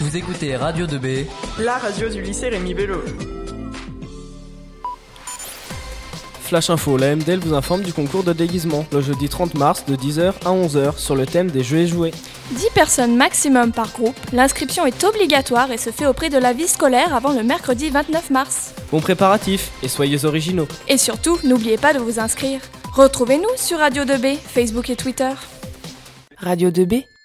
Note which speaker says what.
Speaker 1: Vous écoutez Radio 2B.
Speaker 2: La radio du lycée Rémi Bello.
Speaker 3: Flash Info, la MDL vous informe du concours de déguisement le jeudi 30 mars de 10h à 11h sur le thème des jeux et jouets.
Speaker 4: 10 personnes maximum par groupe, l'inscription est obligatoire et se fait auprès de la vie scolaire avant le mercredi 29 mars.
Speaker 3: Bon préparatif et soyez originaux.
Speaker 4: Et surtout, n'oubliez pas de vous inscrire. Retrouvez-nous sur Radio 2B, Facebook et Twitter.
Speaker 5: Radio 2B